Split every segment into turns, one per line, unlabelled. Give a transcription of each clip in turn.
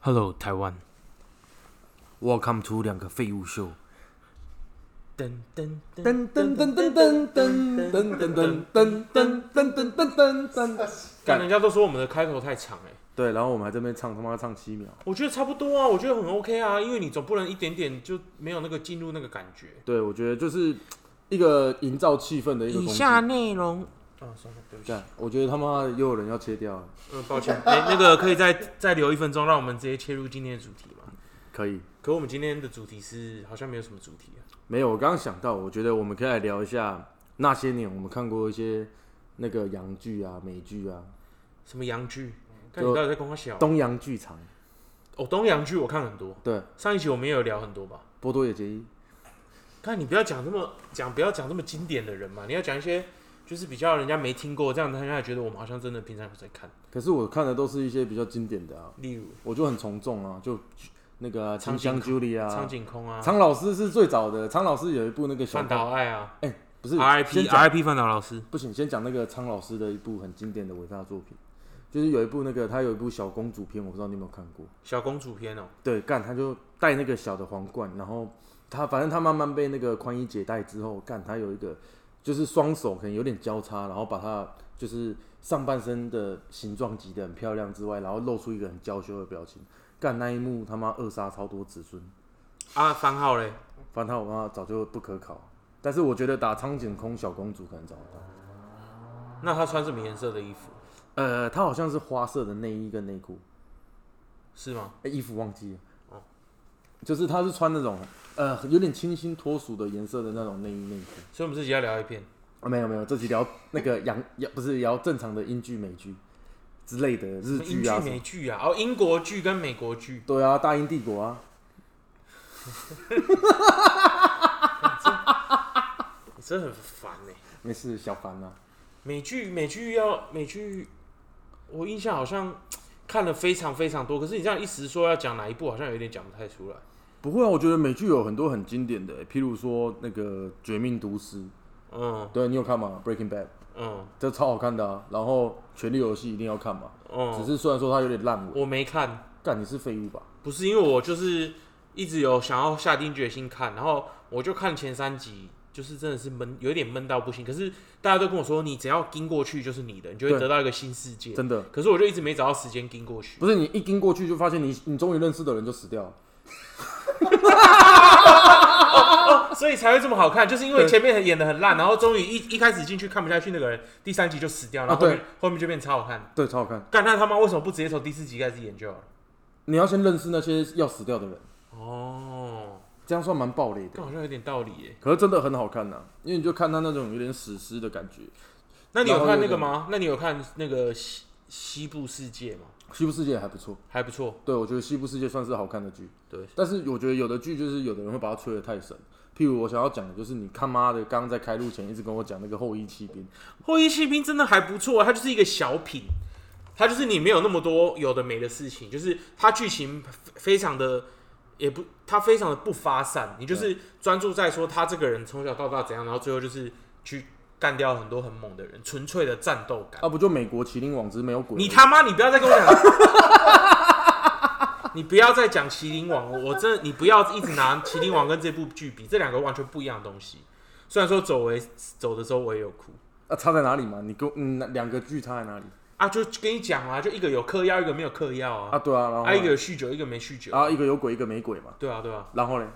Hello，台湾。
Welcome to 两个废物秀。
噔噔噔，
噔噔噔噔噔噔噔噔噔噔噔噔噔噔噔。
干人家都说我们的开头太长哎、
对，然后我们还这边唱他妈唱七秒。
我觉得差不多啊，我觉得很 OK 啊，因为你总不能一点点就没有那个进入那个感觉。
对，我觉得就是一个营造气氛的一个东西。
内容，啊，算了，对不起，
干，我觉得他妈的又有人要切掉了。
嗯，抱歉，哎、那个可以再再留一分钟，让我们直接切入今天的主题嘛。
可以，
可我们今天的主题是好像没有什么主题啊，
没有，我刚刚想到，我觉得我们可以来聊一下那些年我们看过一些那个洋剧啊、美剧啊、
什么洋剧？看
就
你到底在跟我小
东洋剧场。
哦，东洋剧我看很多，
对，
上一集我们也有聊很多吧。
波多野结衣。
看你不要讲这么讲，不要讲这么经典的人嘛，你要讲一些就是比较人家没听过，这样大家也觉得我们好像真的平常有在看。
可是我看的都是一些比较经典的啊，
例如
我就很从众啊，就那个啊
苍
清
井
香 Julie 啊，
苍井空啊、
常老师是最早的，常老师有一部那个小
范岛爱啊、
哎、不是
RIP
先讲
RIP 范岛老师，
不行，先讲那个常老师的一部很经典的伟大作品，就是有一部那个他有一部小公主片，我不知道你有没有看过。
小公主篇哦、
对，干他就戴那个小的皇冠，然后他反正他慢慢被那个宽衣解带之后，干他有一个就是双手可能有点交叉，然后把他就是上半身的形状挤得很漂亮之外，然后露出一个很娇羞的表情。干那一幕他妈扼杀超多子孙。
啊，番号嘞，
反正我妈早就不可考，但是我觉得打苍井空小公主可能找得到。
那他穿什么颜色的衣服？
呃，她好像是花色的内衣跟内裤，
是吗？
哎、衣服忘记了。
哦
就是她是穿那种呃有点清新脱俗的颜色的那种内衣内裤。
所以我们自己要聊一遍。
啊，没有没有，这集聊那个洋洋不是聊正常的英剧美剧之类的日
英
剧
剧、
啊什么
美。剧啊，哦，英国剧跟美国剧，
对啊，大英帝国啊，
你真的很烦哎、
没事，小凡啊，
美剧，美剧要美剧，我印象好像看了非常非常多，可是你这样一时说要讲哪一部，好像有点讲不太出来。
不会啊，我觉得美剧有很多很经典的、欸譬如说那个《绝命毒师》，
嗯
对你有看吗？《Breaking Bad》。
嗯
这超好看的啊！然后《权力游戏》一定要看嘛，只
嗯，
是虽然说它有点烂尾，
我没看，
干你是废物吧？
不是因为我就是一直有想要下定决心看，然后我就看前三集，就是真的是闷，有点闷到不行。可是大家都跟我说，你只要跟过去就是你的，你就会
对
得到一个新世界。
真的
可是我就一直没找到时间跟过去。
不是你一经过去就发现你你终于认识的人就死掉了，啊
所以才会这么好看，就是因为
对
前面演的很烂，然后终于一一开始进去看不下去那个人，第三集就死掉，然后后
啊对
面、后面就变超好看。
对，超好看。
干那他妈为什么不直接从第四集开始演就好了？
你要先认识那些要死掉的人，
哦，
这样算蛮暴雷的
那。好像有点道理耶。
可是真的很好看呐、因为你就看他那种有点史诗的感觉。
那你有
然后
看
有
那个
点
吗？那你有看那个西西部世界吗？
西部世界还不错，
还不错，
对我觉得西部世界算是好看的剧。
对，
但是我觉得有的剧就是有的人会把它吹得太神，譬如我想要讲的就是你他妈的刚刚在开录前一直跟我讲那个后羿弃兵，
《后羿弃兵》真的还不错，啊它就是一个小品，它就是你没有那么多有的没的事情，就是它剧情非常的也不，它非常的不发散，你就是专注在说他这个人从小到大怎样，然后最后就是去干掉很多很猛的人，纯粹的战斗感。
啊不就美国麒麟网之没有鬼而已？
你他妈，你不要再跟我讲。 你不要再讲《麒麟王》，我真的，你不要一直拿《麒麟王》跟这部剧比，这两个完全不一样的东西。虽然说走为走的时候我也有哭，
啊，差在哪里嘛？你跟嗯那两个剧差在哪里
啊，就跟你讲啊，就一个有嗑药，一个没有嗑药啊，
啊？对啊，然后
啊，一个有酗酒，一个没酗酒，
啊一个有鬼，一个没鬼嘛。
对啊，对啊，
然后嘞，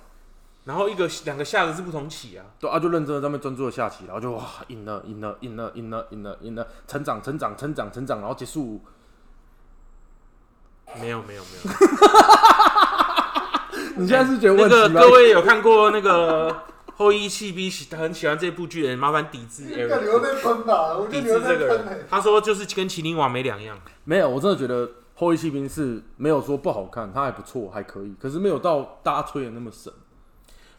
然后一个两个下的是不同起啊，
对啊，就认真的在那边专注的下棋，然后就哇赢了，赢了，赢了，赢了，赢了，赢了，成长，成长，成长，成长，然后结束。
没有没有没有，
你现在是觉得
那
问
个
题吗？
各位有看过那个后羿弃兵喜很喜欢这部剧的人，麻烦抵制
这个
Eric，
留在喷吧，我
抵
就
制
留在
这个
喷、欸
人。。他说就是跟麒麟王没两样，
没有，我真的觉得《后羿弃兵》是没有说不好看，它还不错，还可以，可是没有到大家吹的那么神。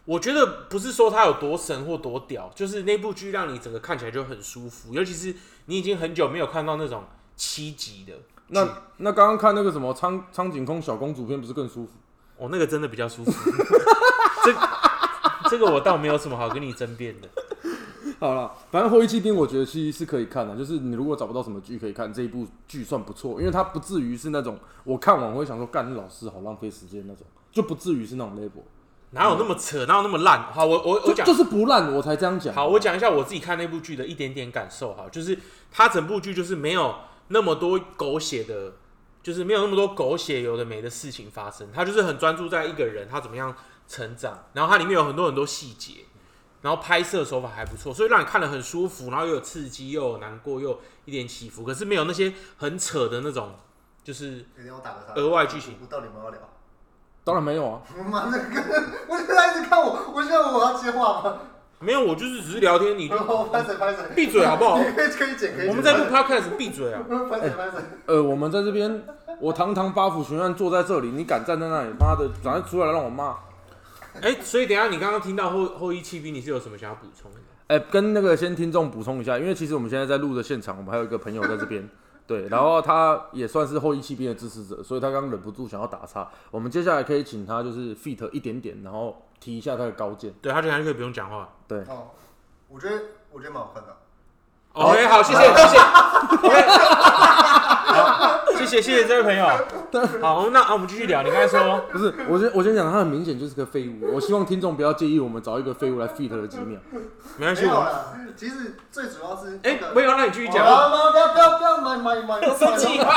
我觉得不是说他有多神或多屌，就是那部剧让你整个看起来就很舒服，尤其是你已经很久没有看到那种七集的，
那那刚刚看那个什么苍苍井空小公主片，不是更舒服？
哦，那个真的比较舒服。 这这个我倒没有什么好跟你争辩的。
好了，反正《后羿弃兵》我觉得其实是可以看的，就是你如果找不到什么剧可以看，这一部剧算不错，因为它不至于是那种我看完会想说干老师好浪费时间那种，就不至于是那种 level，
哪有那么扯，哪有那么烂？好，我我我
就
讲
就，是不烂我才这样讲。
好，我讲一下我自己看那部剧的一点点感受。哈，就是它整部剧就是没有那么多狗血的，就是没有那么多狗血有的没的事情发生。它就是很专注在一个人他怎么样成长，然后它里面有很多很多细节，然后拍摄手法还不错，所以让你看得很舒服，然后又有刺激，又有难过，又有一点起伏。可是没有那些很扯的那种，就是
等一下我打个岔，
额外剧情
我到底有没有要聊？
当然没有啊，
我妈那个，我现在一直看我，我现在我要接话吗？
没有，我就是只是聊天，你就
然后拍谁拍谁，
闭嘴好不好？
你可以可以剪，可以 剪。
我们 在录 podcast，闭嘴啊！
拍谁拍谁，
呃，我们在这边，我堂堂八府学院坐在这里，你敢站在那里，妈的，赶快出来让我骂！
哎、所以等一下你刚刚听到后后羿弃兵，你是有什么想要补充的吗？
哎、跟那个先听众补充一下，因为其实我们现在在录的现场，我们还有一个朋友在这边，对，然后他也算是后羿弃兵的支持者，所以他刚忍不住想要打岔。我们接下来可以请他就是 feat 一点点，然后提一下他的高见。
对他就还可以不用讲话。
对，
哦，我觉得我觉得蛮好看的。
OK，好，谢谢，谢谢。OK，好，谢谢，谢谢这位朋友。好，那啊，我们继续聊。你刚才说，
不是，我先我先讲，他很明显就是个废物。我希望听众不要介意我们找一个废物来 feat 了几秒。
没关
没
系，
有
我们
啦，其实最主要是
哎
那个，
没有，那你继续
好啊
讲。
啦妈不要不要不要买买买，
生气。 啊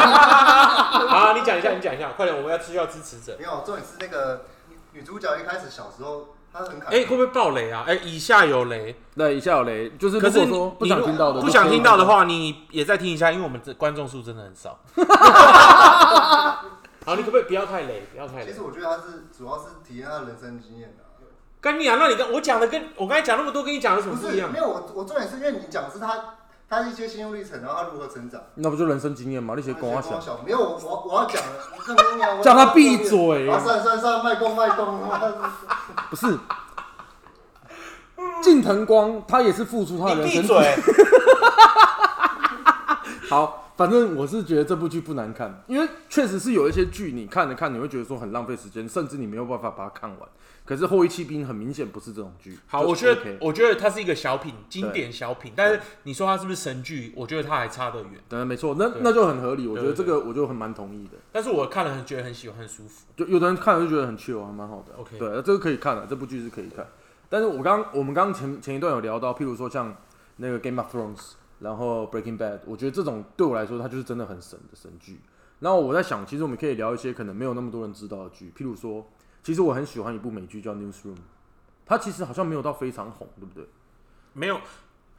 好，你讲一下，你讲一下，快点，我们要需要支持者。
没有，重点是那个女主角一开始小时候她很卡，
哎、会不会爆雷啊？哎、以下有雷，
那以下有雷，就是
可
如
是
果
你
说不
你
想
如
听到的，
不想听到的，话，你也再听一下，因为我们这观众数真的很 少。好，你可不可以不要太雷，不要太雷
其实？我觉得她是主要是体验她的人生经验的。
干你啊！那你跟我讲的跟我刚才讲那么多，跟你讲的什么
不
不
是
一样
没？有我，我重点是因为你讲的是她她一些心路历程，然后她如何成长。
那不就人生经验吗？那些光花小，
光小，没有我我我要讲了，我更跟 你讲，我
叫他闭嘴
啊，算了算了算了，卖供卖供，妈 的
不是。近藤光他也是付出他的
你
人
闭
生
嘴！
好，反正我是觉得这部剧不难看，因为确实是有一些剧你看着看，你会觉得说很浪费时间，甚至你没有办法把它看完。可是《后羿弃兵》很明显不是这种剧。
好，
就
我觉
OK
得我觉得它是一个小品，经典小品。但是你说它是不是神剧？我觉得它还差得远。
对，没错，那那就很合理。我觉得
对
这个我就很蛮同意的。
但是我看了很觉得很喜欢，很舒服。
就有的人看了就觉得很 chill，还蛮好的。
OK
对，这个可以看啊的，这部剧是可以看。但是我刚我们刚前前一段有聊到，譬如说像那个 Game of Thrones，然后 Breaking Bad，我觉得这种对我来说，它就是真的很神的神剧。然后我在想，其实我们可以聊一些可能没有那么多人知道的剧，譬如说，其实我很喜欢一部美剧叫 Newsroom，它其实好像没有到非常红，对不对？
没有，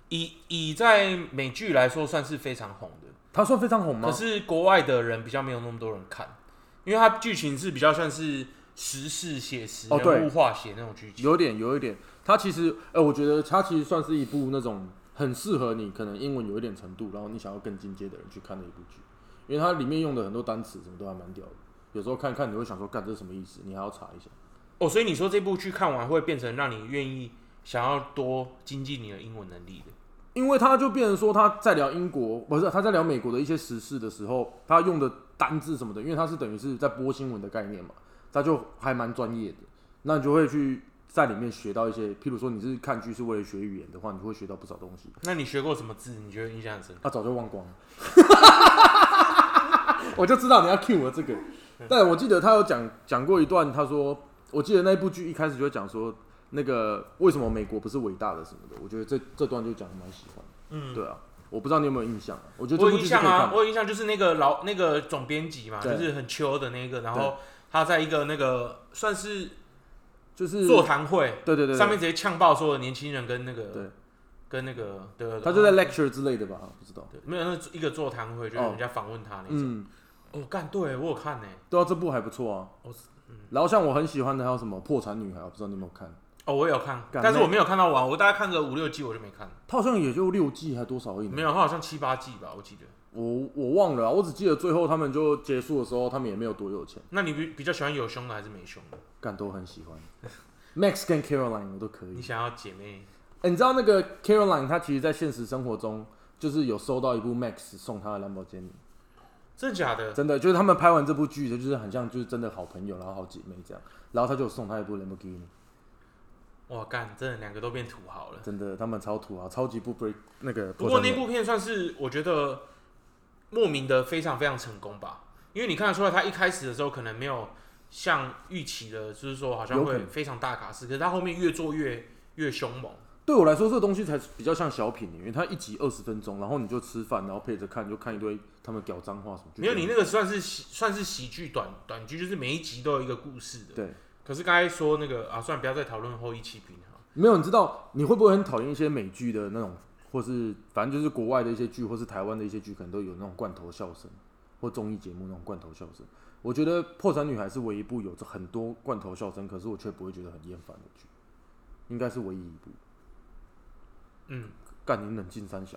以以在美剧来说算是非常红的，
它算非常红吗？
可是国外的人比较没有那么多人看，因为它剧情是比较像是时事写实、
哦对
人物化写那种剧情。
有点，有一点。它其实，呃，我觉得它其实算是一部那种很适合你可能英文有一点程度，然后你想要更进阶的人去看的一部剧，因为它里面用的很多单词什么都还蛮屌的。有时候看一看你会想说，干这是什么意思？你还要查一下。
哦，所以你说这部剧看完会变成让你愿意想要多精进你的英文能力的。
因为他就变成说他在聊英国，不是他在聊美国的一些时事的时候，他用的单字什么的，因为他是等于是在播新闻的概念嘛，他就还蛮专业的。那你就会去在里面学到一些，譬如说你是看剧是为了学语言的话，你会学到不少东西。
那你学过什么字？你觉得印象很深刻？
他早就忘光了。 我就知道你要 cue 我这个，但我记得他有讲讲过一段，他说，我记得那一部剧一开始就会讲说，那个为什么美国不是伟大的什么的，我觉得这这段就讲的蛮喜欢。嗯，对啊，我不知道你有没有印象，我觉得
我
这
有印
部剧是可
象
以看
啊，
的。
我有印象就是那个老那个总编辑嘛，
对
就是很秋的那个，然
对
后他在一个那个算是
就是
座谈会
对对对，
上面直接呛爆所有年轻人跟那个
对，
跟那个对对，对
他就在 lecture 之类的吧，不知道。
对没有那一个座谈会，就是
哦
人家访问他那种。
嗯，
哦，干对我有看呢，
对啊，这部还不错啊
我是。
然后像我很喜欢的还有什么《破产女孩》，我不知道你有没有看？
哦，我有看，
干
但是
那
我没有看到完，我大概看个五六季我就没看了，
他好像也就六季还多少而已呢，
没有，它好像七八季吧，我记得。
我我忘了啊，我只记得最后他们就结束的时候，他们也没有多有钱，
那你比比较喜欢有胸的还是没胸的？
干都很喜欢。Max 跟 Caroline 我都可以
你。想要姐妹？
欸你知道那个 Caroline 她其实在现实生活中就是有收到一部 Max 送她的兰博基尼，
真的假的？
真的就是他们拍完这部剧的，就是很像就是真的好朋友，然后好姐妹这样，然后她就有送她一部兰博基尼，
哇，干，真的两个都变土豪了。
真的他们超土啊，超级不 break 那个
不
破
过
产
那
鸟。
部片算是我觉得莫名的非常非常成功吧，因为你看得出来，他一开始的时候可能没有像预期的，就是说好像
有可
会
能
非常大卡司，可是他后面越做越越凶猛。
对我来说，这个东西才比较像小品，因为它一集二十分钟，然后你就吃饭，然后配着看，就看一堆他们屌脏话什么。就
没有，
这
你
样
那个算是喜算是喜剧短短剧，就是每一集都有一个故事的。
对。
可是刚才说那个啊，算了，不要再讨论后一期评哈。
没有，你知道你会不会很讨厌一些美剧的那种，或是反正就是国外的一些剧，或是台湾的一些剧，可能都有那种罐头笑声，或综艺节目那种罐头笑声。我觉得《破产女孩》是唯一一部有着很多罐头笑声，可是我却不会觉得很厌烦的剧，应该是唯一一部。
嗯，
干你冷静三小，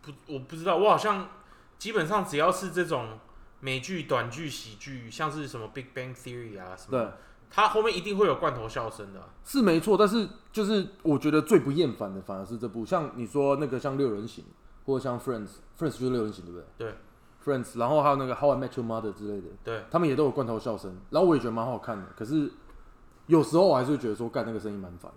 不，我不知道，我好像基本上只要是这种美剧、短剧、喜剧，像是什么《Big Bang Theory》啊什么，
对，
它后面一定会有罐头笑声的啊、
是没错，但是就是我觉得最不厌烦的反而是这部，像你说那个像六人行，或者像 Friends，Friends 就是六人行对不对？
对
，Friends，然后还有那个 How I Met Your Mother 之类的，
对，
他们也都有罐头笑声，然后我也觉得蛮好看的。可是有时候我还是会觉得说，干那个声音蛮烦的。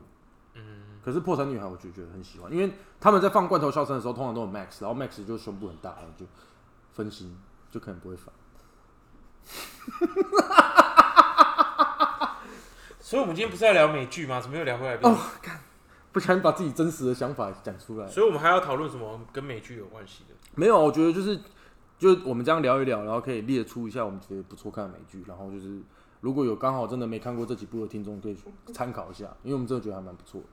嗯，可是破产女孩我就觉得很喜欢，因为他们在放罐头笑声的时候，通常都有 Max，然后 Max 就胸部很大，然后就分心，就可能不会烦。
所以我们今天不是在聊美剧吗？怎么又聊回来？
哦不想把自己真实的想法讲出来。
所以我们还要讨论什么跟美剧有关系的？
没有，我觉得就是就是我们这样聊一聊，然后可以列出一下我们觉得不错看的美剧，然后就是如果有刚好真的没看过这几部的听众，可以参考一下，因为我们真的觉得还蛮不错的。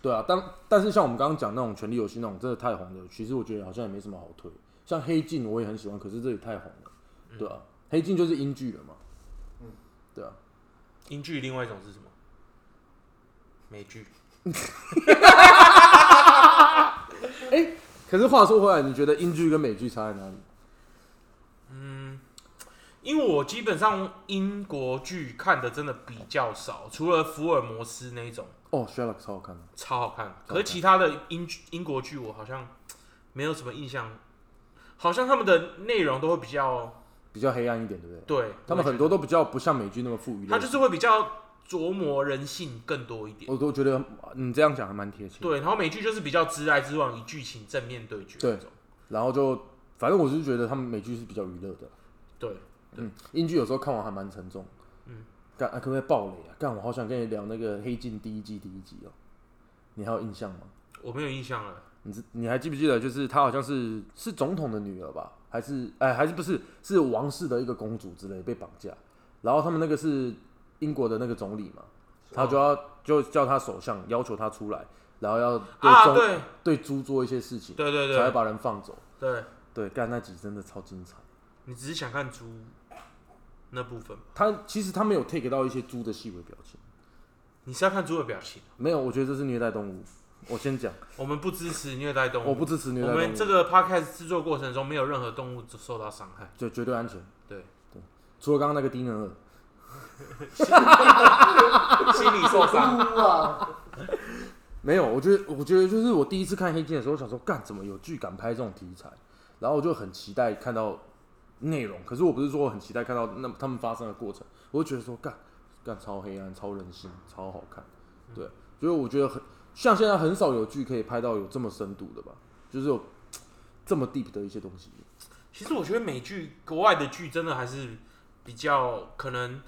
对啊，但但是像我们刚刚讲那种《权力游戏》那种真的太红了，其实我觉得好像也没什么好推。像《黑镜》我也很喜欢，可是这也太红了，对啊，黑镜》就是英剧了嘛，
嗯
对啊，
英剧另外一种是什么？美剧。
可是话说回来，你觉得英剧跟美剧差在哪里？
因为我基本上英国剧看的真的比较少，除了福尔摩斯那一种
哦，Sherlock 超好看的，
超好看，可是其他的英剧英国剧我好像没有什么印象，好像他们的内容都会比较
比较黑暗一点，对不对？
对，
他们很多都比较不像美剧那么富裕。
他就是会比较琢磨人性更多一点，
我都觉得你这样讲还蛮贴切。，
对，然后美剧就是比较直来直往，以剧情正面对决
对
那种，
然后就反正我是觉得他们美剧是比较娱乐的，
对，
嗯，英剧有时候看完还蛮沉重。
嗯，
干、啊、可不可以爆雷啊？干，我好想跟你聊那个《黑镜》第一季第一集哦，你还有印象吗？
我没有印象了，
你知你还记不记得？就是她好像是是总统的女儿吧，还是哎、还是不是是王室的一个公主之类被绑架，然后他们那个是英国的那个总理嘛，他就要就叫他首相要求他出来，然后要对
哦啊
中、
对
对猪做一些事情，
对对
才
对
会把人放走。
对，
对，干那集真的超精彩。
你只是想看猪那部分吧，
他其实他没有 take 到一些猪的细微表情，
你是要看猪的表情，
没有，我觉得这是虐待动物。我先讲，
我们不支持虐待动物，
我不支持虐待
我
动物，
们这个 podcast 制作过程中没有任何动物受到伤害。
哎就绝对安全，
对，
除了刚刚那个低能儿。
心理受伤。
哭啊！
没有，我觉得，我觉得就是我第一次看《黑镜》的时候，我想说，干怎么有剧敢拍这种题材？然后我就很期待看到内容，可是我不是说我很期待看到那他们发生的过程，我就觉得说，干干超黑暗、超人性、超好看，对，所以我觉得很像现在很少有剧可以拍到有这么深度的吧，就是有这么 deep 的一些东西。
其实我觉得美剧、国外的剧真的还是比较可能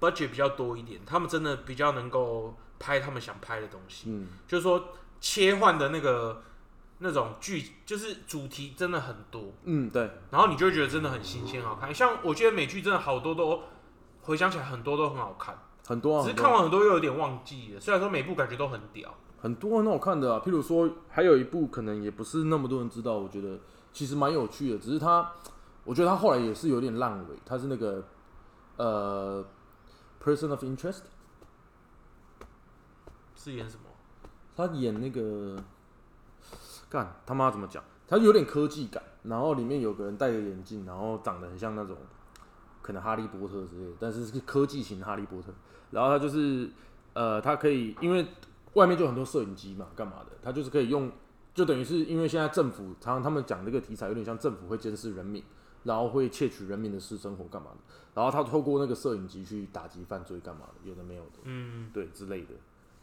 budget 比较多一点，他们真的比较能够拍他们想拍的东西，
嗯，
就是说切换的那个那种剧，就是主题真的很多，
嗯，对，
然后你就会觉得真的很新鲜好看。像我觉得美剧真的好多都回想起来很多都很好看，
很多啊，
只是
很多
看完很多又有点忘记了。虽然说每部感觉都很屌，
很多很好看的、啊，譬如说还有一部可能也不是那么多人知道，我觉得其实蛮有趣的，只是它，我觉得它后来也是有点烂尾，它是那个呃，Person of Interest，
是演什么？
他演那个，干他妈怎么讲？他有点科技感，然后里面有个人戴个眼镜，然后长得很像那种可能哈利波特之类的，但是是科技型哈利波特。然后他就是呃，他可以因为外面就很多摄影机嘛，干嘛的？他就是可以用，就等于是因为现在政府常常他们讲这个题材有点像政府会监视人民，然后会窃取人民的私生活干嘛的？然后他透过那个摄影机去打击犯罪干嘛的？有的没有的。
嗯，
对之类的。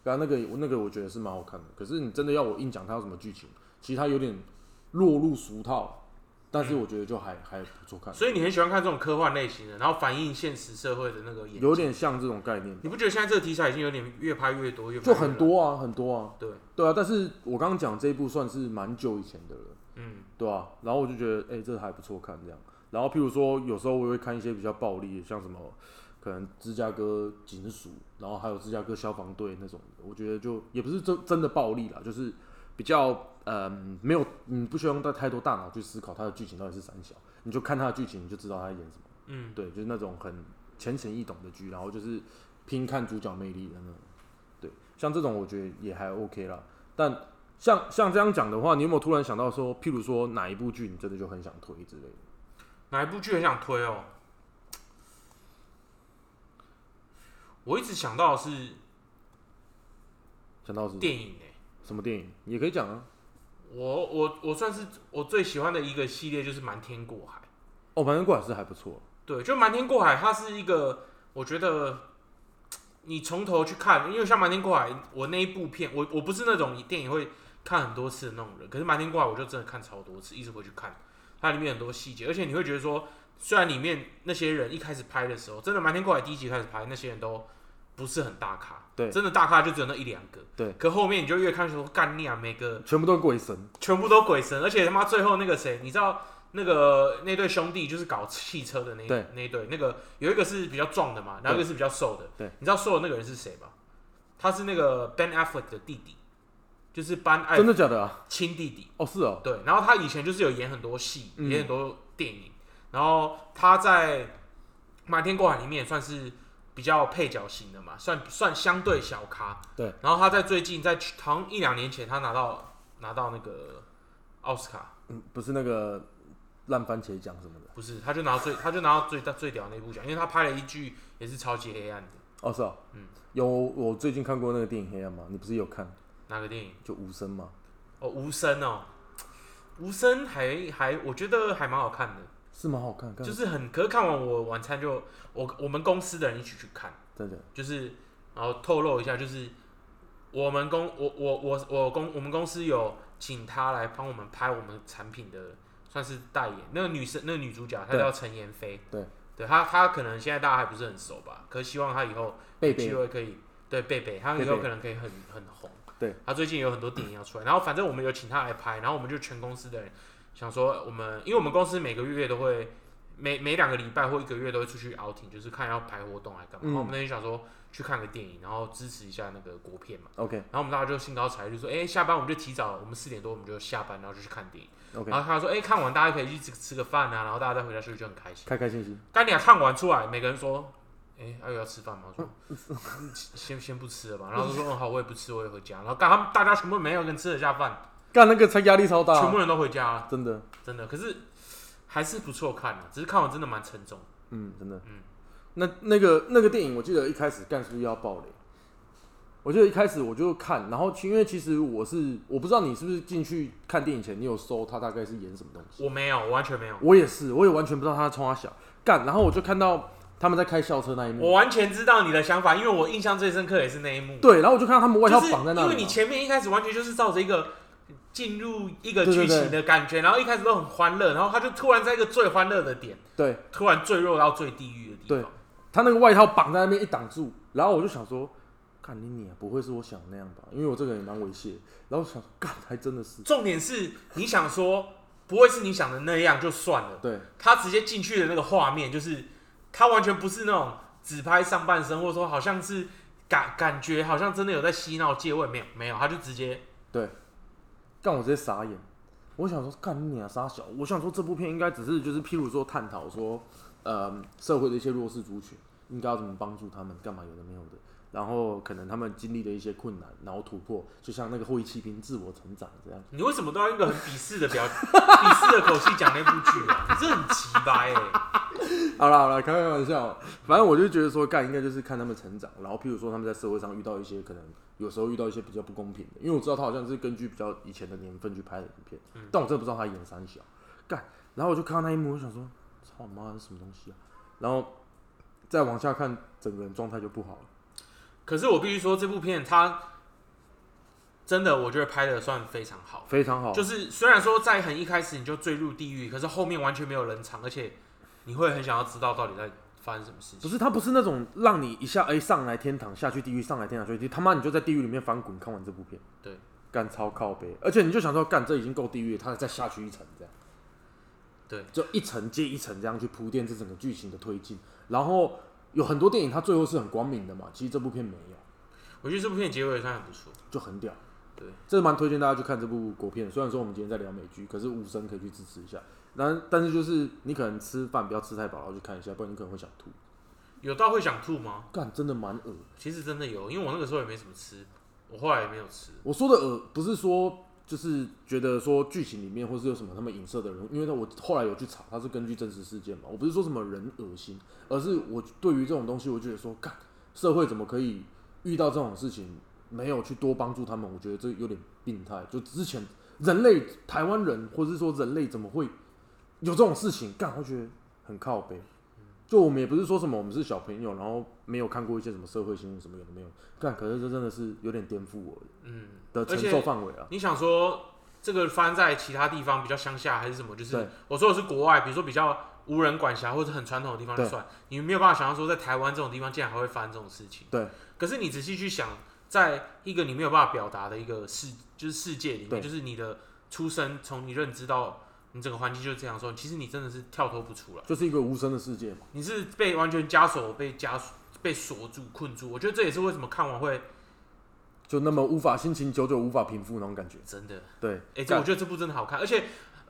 然后那个我那个我觉得是蛮好看的，可是你真的要我硬讲它有什么剧情，其实它有点落入俗套，但是我觉得就还还不错看，
嗯所以你很喜欢看这种科幻类型的，然后反映现实社会的那个演技
有。点像这种概念，
你不觉得现在这个题材已经有点越拍越多，越拍越
就很多啊很多啊，
对，
对啊。但是我刚刚讲这一部算是蛮久以前的了，
嗯，
对啊。然后我就觉得哎、这还不错看这样。然后譬如说有时候我也会看一些比较暴力的，像什么可能芝加哥警署，然后还有芝加哥消防队那种的，我觉得就也不是真真的暴力啦，就是比较嗯没有嗯不需要用到太多大脑去思考它的剧情到底是三小，你就看它的剧情你就知道它在演什么，
嗯，
对，就是那种很浅显易懂的剧，然后就是拼看主角魅力的那种，对，像这种我觉得也还 OK 啦，但。像像这样讲的话，你有没有突然想到说，譬如说哪一部剧你真的就很想推之类的？
哪一部剧很想推哦？我一直想到的是
想到是
电影诶、
什么电影？也可以讲啊。
我我我算是我最喜欢的一个系列就是《瞒天过海》。
哦，反正过海是还不错，
对，就《瞒天过海》，它是一个我觉得你从头去看，因为像《瞒天过海》，我那一部片，我我不是那种电影会看很多次的那种人，可是《瞒天过海》我就真的看超多次，一直回去看，它里面很多细节，而且你会觉得说，虽然里面那些人一开始拍的时候，真的《瞒天过海》第一集开始拍，那些人都不是很大咖，
对
真的大咖就只有那一两个，
对
可后面你就越看说，干你啊，每个
全部都是鬼神。
全部都鬼神，而且他妈最后那个谁，你知道那个那对兄弟就是搞汽车的那
对
那一对，那个有一个是比较壮的嘛，然后一个是比较瘦的。
对，
你知道瘦的那个人是谁吗？他是那个 Ben Affleck 的弟弟，就是班艾
真的假的啊？
亲弟弟。
哦，是哦，
对，然后他以前就是有演很多戏，
嗯
演很多电影，然后他在《瞒天过海》里面也算是比较配角型的嘛，算算相对小咖。
对，
然后他在最近在去好像一两年前，他拿到拿到那个奥斯卡，
嗯，不是那个烂番茄酱什么的。
不是，他就拿到最他就拿到最大最屌那部奖，因为他拍了一句也是超级黑暗的
哦，是哦，嗯，有我最近看过那个电影《黑暗》嘛，你不是有看？
哪个电影？
就无声嘛，
哦，无声哦，无声还还我觉得还蛮好看的，
是蛮好看，看
就是很可是看完我晚餐就我我们公司的人一起去看。
真的
就是然后透露一下，就是我们公我我我我公我们公司有请他来帮我们拍我们产品的，算是代言。那个女生，那个女主角她
对
叫陈妍霏，
对，
对她她可能现在大家还不是很熟吧，可是希望她以后
贝
有机
贝
会可以对贝贝，她
贝
以
贝
后可能可以很很红。
对，
她最近有很多电影要出来，然后反正我们有请她来拍，然后我们就全公司的人想说，我们因为我们公司每个月都会。每每两个礼拜或一个月都会出去 outing，就是看要排活动还干嘛。
嗯
然后我们那天想说去看个电影，然后支持一下那个国片嘛。
，OK
然后我们大家就兴高采烈，就说：“哎、下班我们就提早，我们四点多我们就下班，然后就去看电影。
OK，
然后他说：“哎、看完大家可以去吃吃个饭啊，然后大家再回家睡，就很开心。
开开心心，”
干俩看完出来，每个人说：“哎、阿、友要吃饭吗？”我说：“先先不吃了吧。”然后就说：“嗯，好，我也不吃，我也回家。”然后干他们大家全部没有一个人吃得下饭，
干那个才压力超大
全
啊，
部人都回家了，
真的，
真的。可是还是不错看的、啊只是看完真的蛮沉重的。
嗯，真的，
嗯
那那个那个电影，我记得一开始干是不是要爆雷？我记得一开始我就看，然后其因为其实我是我不知道你是不是进去看电影前你有搜它大概是演什么东西，
我没有，我完全没有，
我也是，我也完全不知道他在冲他小干，然后我就看到他们在开校车那一
我
幕，
完全知道你的想法，因为我印象最深刻也是那一幕。
对，然后我就看到他们外套
就是
绑在那
因
里嘛，啊
为你前面一开始完全就是照着一个进入一个
对
剧
对
情的感觉，然后一开始都很欢乐，然后他就突然在一个最欢乐的点，
对
突然坠落到最地狱的地
对
方。，
他那个外套绑在那边一挡住，然后我就想说，干你你不会是我想的那样吧？因为我这个人也蛮猥亵，然后我想干还真的是，
重点是你想说不会是你想的那样就算了，
对
他直接进去的那个画面就是他完全不是那种只拍上半身，或者说好像是感感觉好像真的有在嬉闹借位，没有没有，他就直接
对，干我直接傻眼，我想说干你啊傻小，我想说这部片应该只是就是譬如说探讨说，呃，社会的一些弱势族群应该要怎么帮助他们，干嘛有的没有的，然后可能他们经历了一些困难，然后突破，就像那个后裔弃兵自我成长这样。
你为什么都要用一个很鄙视的表、 鄙视的口气讲那部剧啊？你这很奇葩哎！
好啦好啦，开玩笑，反正我就觉得说干应该就是看他们成长，然后譬如说他们在社会上遇到一些可能有时候遇到一些比较不公平的，因为我知道他好像是根据比较以前的年份去拍的影片，但我真的不知道他演三小干，然后我就看到那一幕，我就想说操你妈这是什么东西啊，然后再往下看，整个人状态就不好了。
可是我必须说，这部片它真的，我觉得拍的算非常好。
非常好，
就是虽然说在很一开始你就坠入地狱，可是后面完全没有人场，而且你会很想要知道到底在发生什么事
不
情。
是他不是那种让你一下哎、上来天堂，下去地狱，上来天堂，下去地狱他妈你就在地狱里面翻滚。看完这部片，
对，
干超靠背，而且你就想说干这已经够地狱了，他再下去一层这样，
对，
就一层接一层这样去铺垫这整个剧情的推进。然后有很多电影它最后是很光明的嘛，其实这部片没有，
我觉得这部片结尾也算很不错。
就很屌。
对，
这蛮推荐大家去看这部国片。虽然说我们今天在聊美剧，可是无声可以去支持一下。但但是就是你可能吃饭不要吃太饱，然后去看一下，不然你可能会想吐。
有到会想吐吗？
干真的蛮恶
其实真的有，因为我那个时候也没怎么吃，我后来也没有吃。
我说的呃，不是说就是觉得说剧情里面或是有什么他们影射的人物，因为我后来有去查，他是根据真实事件嘛，我不是说什么人恶心，而是我对于这种东西，我觉得说，干社会怎么可以遇到这种事情，没有去多帮助他们，我觉得这有点病态。就之前人类台湾人，或是说人类怎么会有这种事情，干我觉得很靠背。就我们也不是说什么，我们是小朋友，然后没有看过一些什么社会新闻什么有的没有，干，可是这真的是有点颠覆我的
嗯，
的承受范围啊。
你想说这个翻在其他地方比较乡下还是什么？就
对
是我说的是国外，比如说比较无人管辖或者很传统的地方就
对
算，你没有办法想象说在台湾这种地方竟然还会翻这种事情。
对，
可是你仔细去想，在一个你没有办法表达的一个世，就是世界里
对
面，就是你的出生从你认知到你整个环境就是这样说，其实你真的是跳脱不出来，
就是一个无声的世界嘛。
你是被完全枷锁、被枷锁、被锁住、困住。我觉得这也是为什么看完会
就那么无法心情久久无法平复那种感觉，
真的，
对，
哎、这我觉得这部真的好看，而且。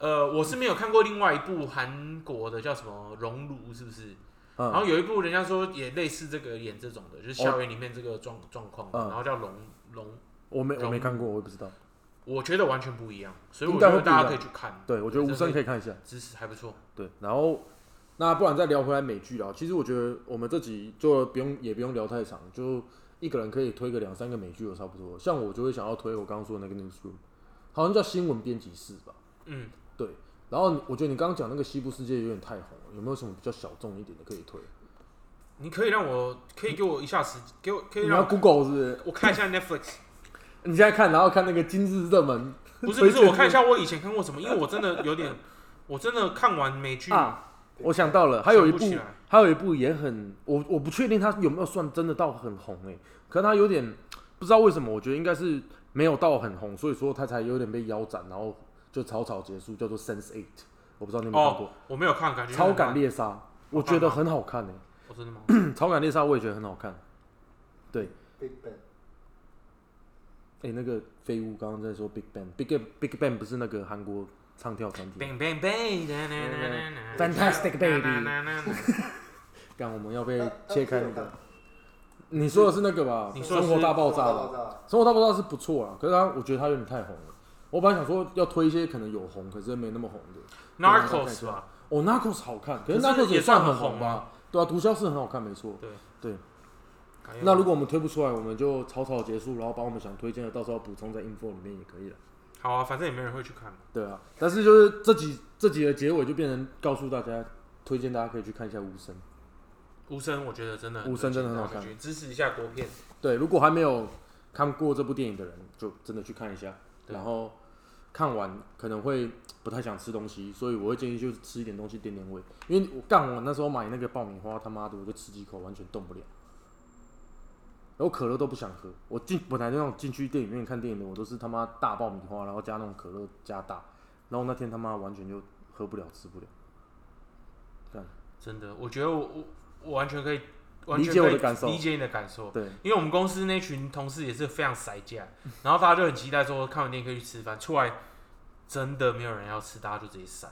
呃，我是没有看过另外一部韩国的叫什么《熔炉》，是不是？然
嗯，哦
后有一部人家说也类似这个演这种的，就是校园里面这个状状况，
嗯
然后叫《熔熔》，
我没我没
容
看过，我也不知道。
我觉得完全不一样，所以
应
我
该
觉
会
得大家
不
可
一
以
样
去看。
对，我觉得无声可以看一下。
知识还不错。
对，然后那不然再聊回来美剧啦。其实我觉得我们这集就不用也不用聊太长，就一个人可以推个两三个美剧就差不多。像我就会想要推我刚刚说的那个 Newsroom，好像叫新闻编辑室吧。
嗯，
对。然后你我觉得你刚刚讲那个西部世界有点太红了，有没有什么比较小众一点的可以推？
你可以让我，可以给我一下时，给我可以
你
让
要
我
Google 是不是？
我看一下 Netflix，
你现在看，然后看那个今日热门
不是
推
不
荐
是，我看一下我以前看过什么，因为我真的有点，我真的看完美剧，
啊，我想到了，还有一部
想不起来，
还有一部也很，我我不确定它有没有算真的到很红诶、可是它有点不知道为什么，我觉得应该是没有到很红，所以说它才有点被腰斩，然后就草草结束，叫做 Sense Eight，我不知道你有没有看过，
哦，我没有看，感觉
超感
烈，
猎杀，我觉得很好看诶、
哦，真的吗？
超感猎杀我也觉得很好看，对，
Big Bang，
诶、那个飞屋刚刚在说 Big Bang，Big Big Bang 不是那个韩国唱跳团体吗
bang bang bang，哒哒哒哒哒
，Fantastic
哒
Baby，
哒哒哒
干我们要被
那
切开那
呃
个。你说的是那个吧？
你说的
生
是
活大爆炸
大
吧
爆？炸，
生活大爆炸是不错啦，可是它我觉得它有点太红了。我本来想说要推一些可能有红，可是没那么红的。
Narcos 吧，
哦，Narcos 好看，可是
可是
Narcos
也
算
算很
红
红
吧？对啊，毒枭是很好看，没错。
对
对，
哎呀
那如果我们推不出来，我们就草草结束，然后把我们想推荐的到时候补充在 info 里面也可以了。
好啊，反正也没人会去看。
对啊，但是就是这集这集的结尾就变成告诉大家，推荐大家可以去看一下《无声》。
无声我觉得真的，
无声真的很好看，
支持一下国片。
对，如果还没有看过这部电影的人，就真的去看一下。
对
然后看完可能会不太想吃东西，所以我会建议就是吃一点东西垫垫胃。因为我干我那时候买那个爆米花，他妈的我就吃几口完全动不了，然后可乐都不想喝。我进本来那种进去电影院看电影的，我都是他妈大爆米花，然后加那种可乐加大，然后那天他妈完全就喝不了吃不了。
真的，我觉得我我我完全可以，完
理
全
解我
可以
的感受
理解你的感受。
对，
因为我们公司那群同事也是非常塞 价，然后大家就很期待说看完电影可以去吃饭，出来真的没有人要吃，大家就直接散。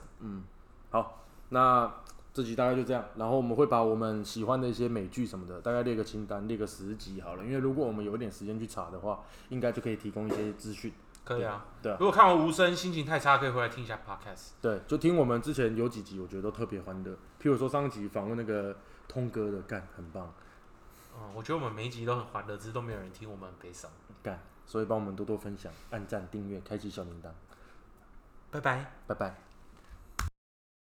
好，那这集大概就这样，然后我们会把我们喜欢的一些美剧什么的，大概列个清单，列个十集好了。因为如果我们有一点时间去查的话，应该就可以提供一些资讯。
可以啊。
对啊
如果看完无声心情太差，可以回来听一下 podcast。
对，就听我们之前有几集，我觉得都特别欢乐。譬如说上一集访问那个通哥的，干很棒，
嗯，我觉得我们每一集都很欢乐，只是都没有人听，我们很悲伤。
干，所以帮我们多多分享、按赞、订阅、开启小铃铛，
拜拜。
拜拜。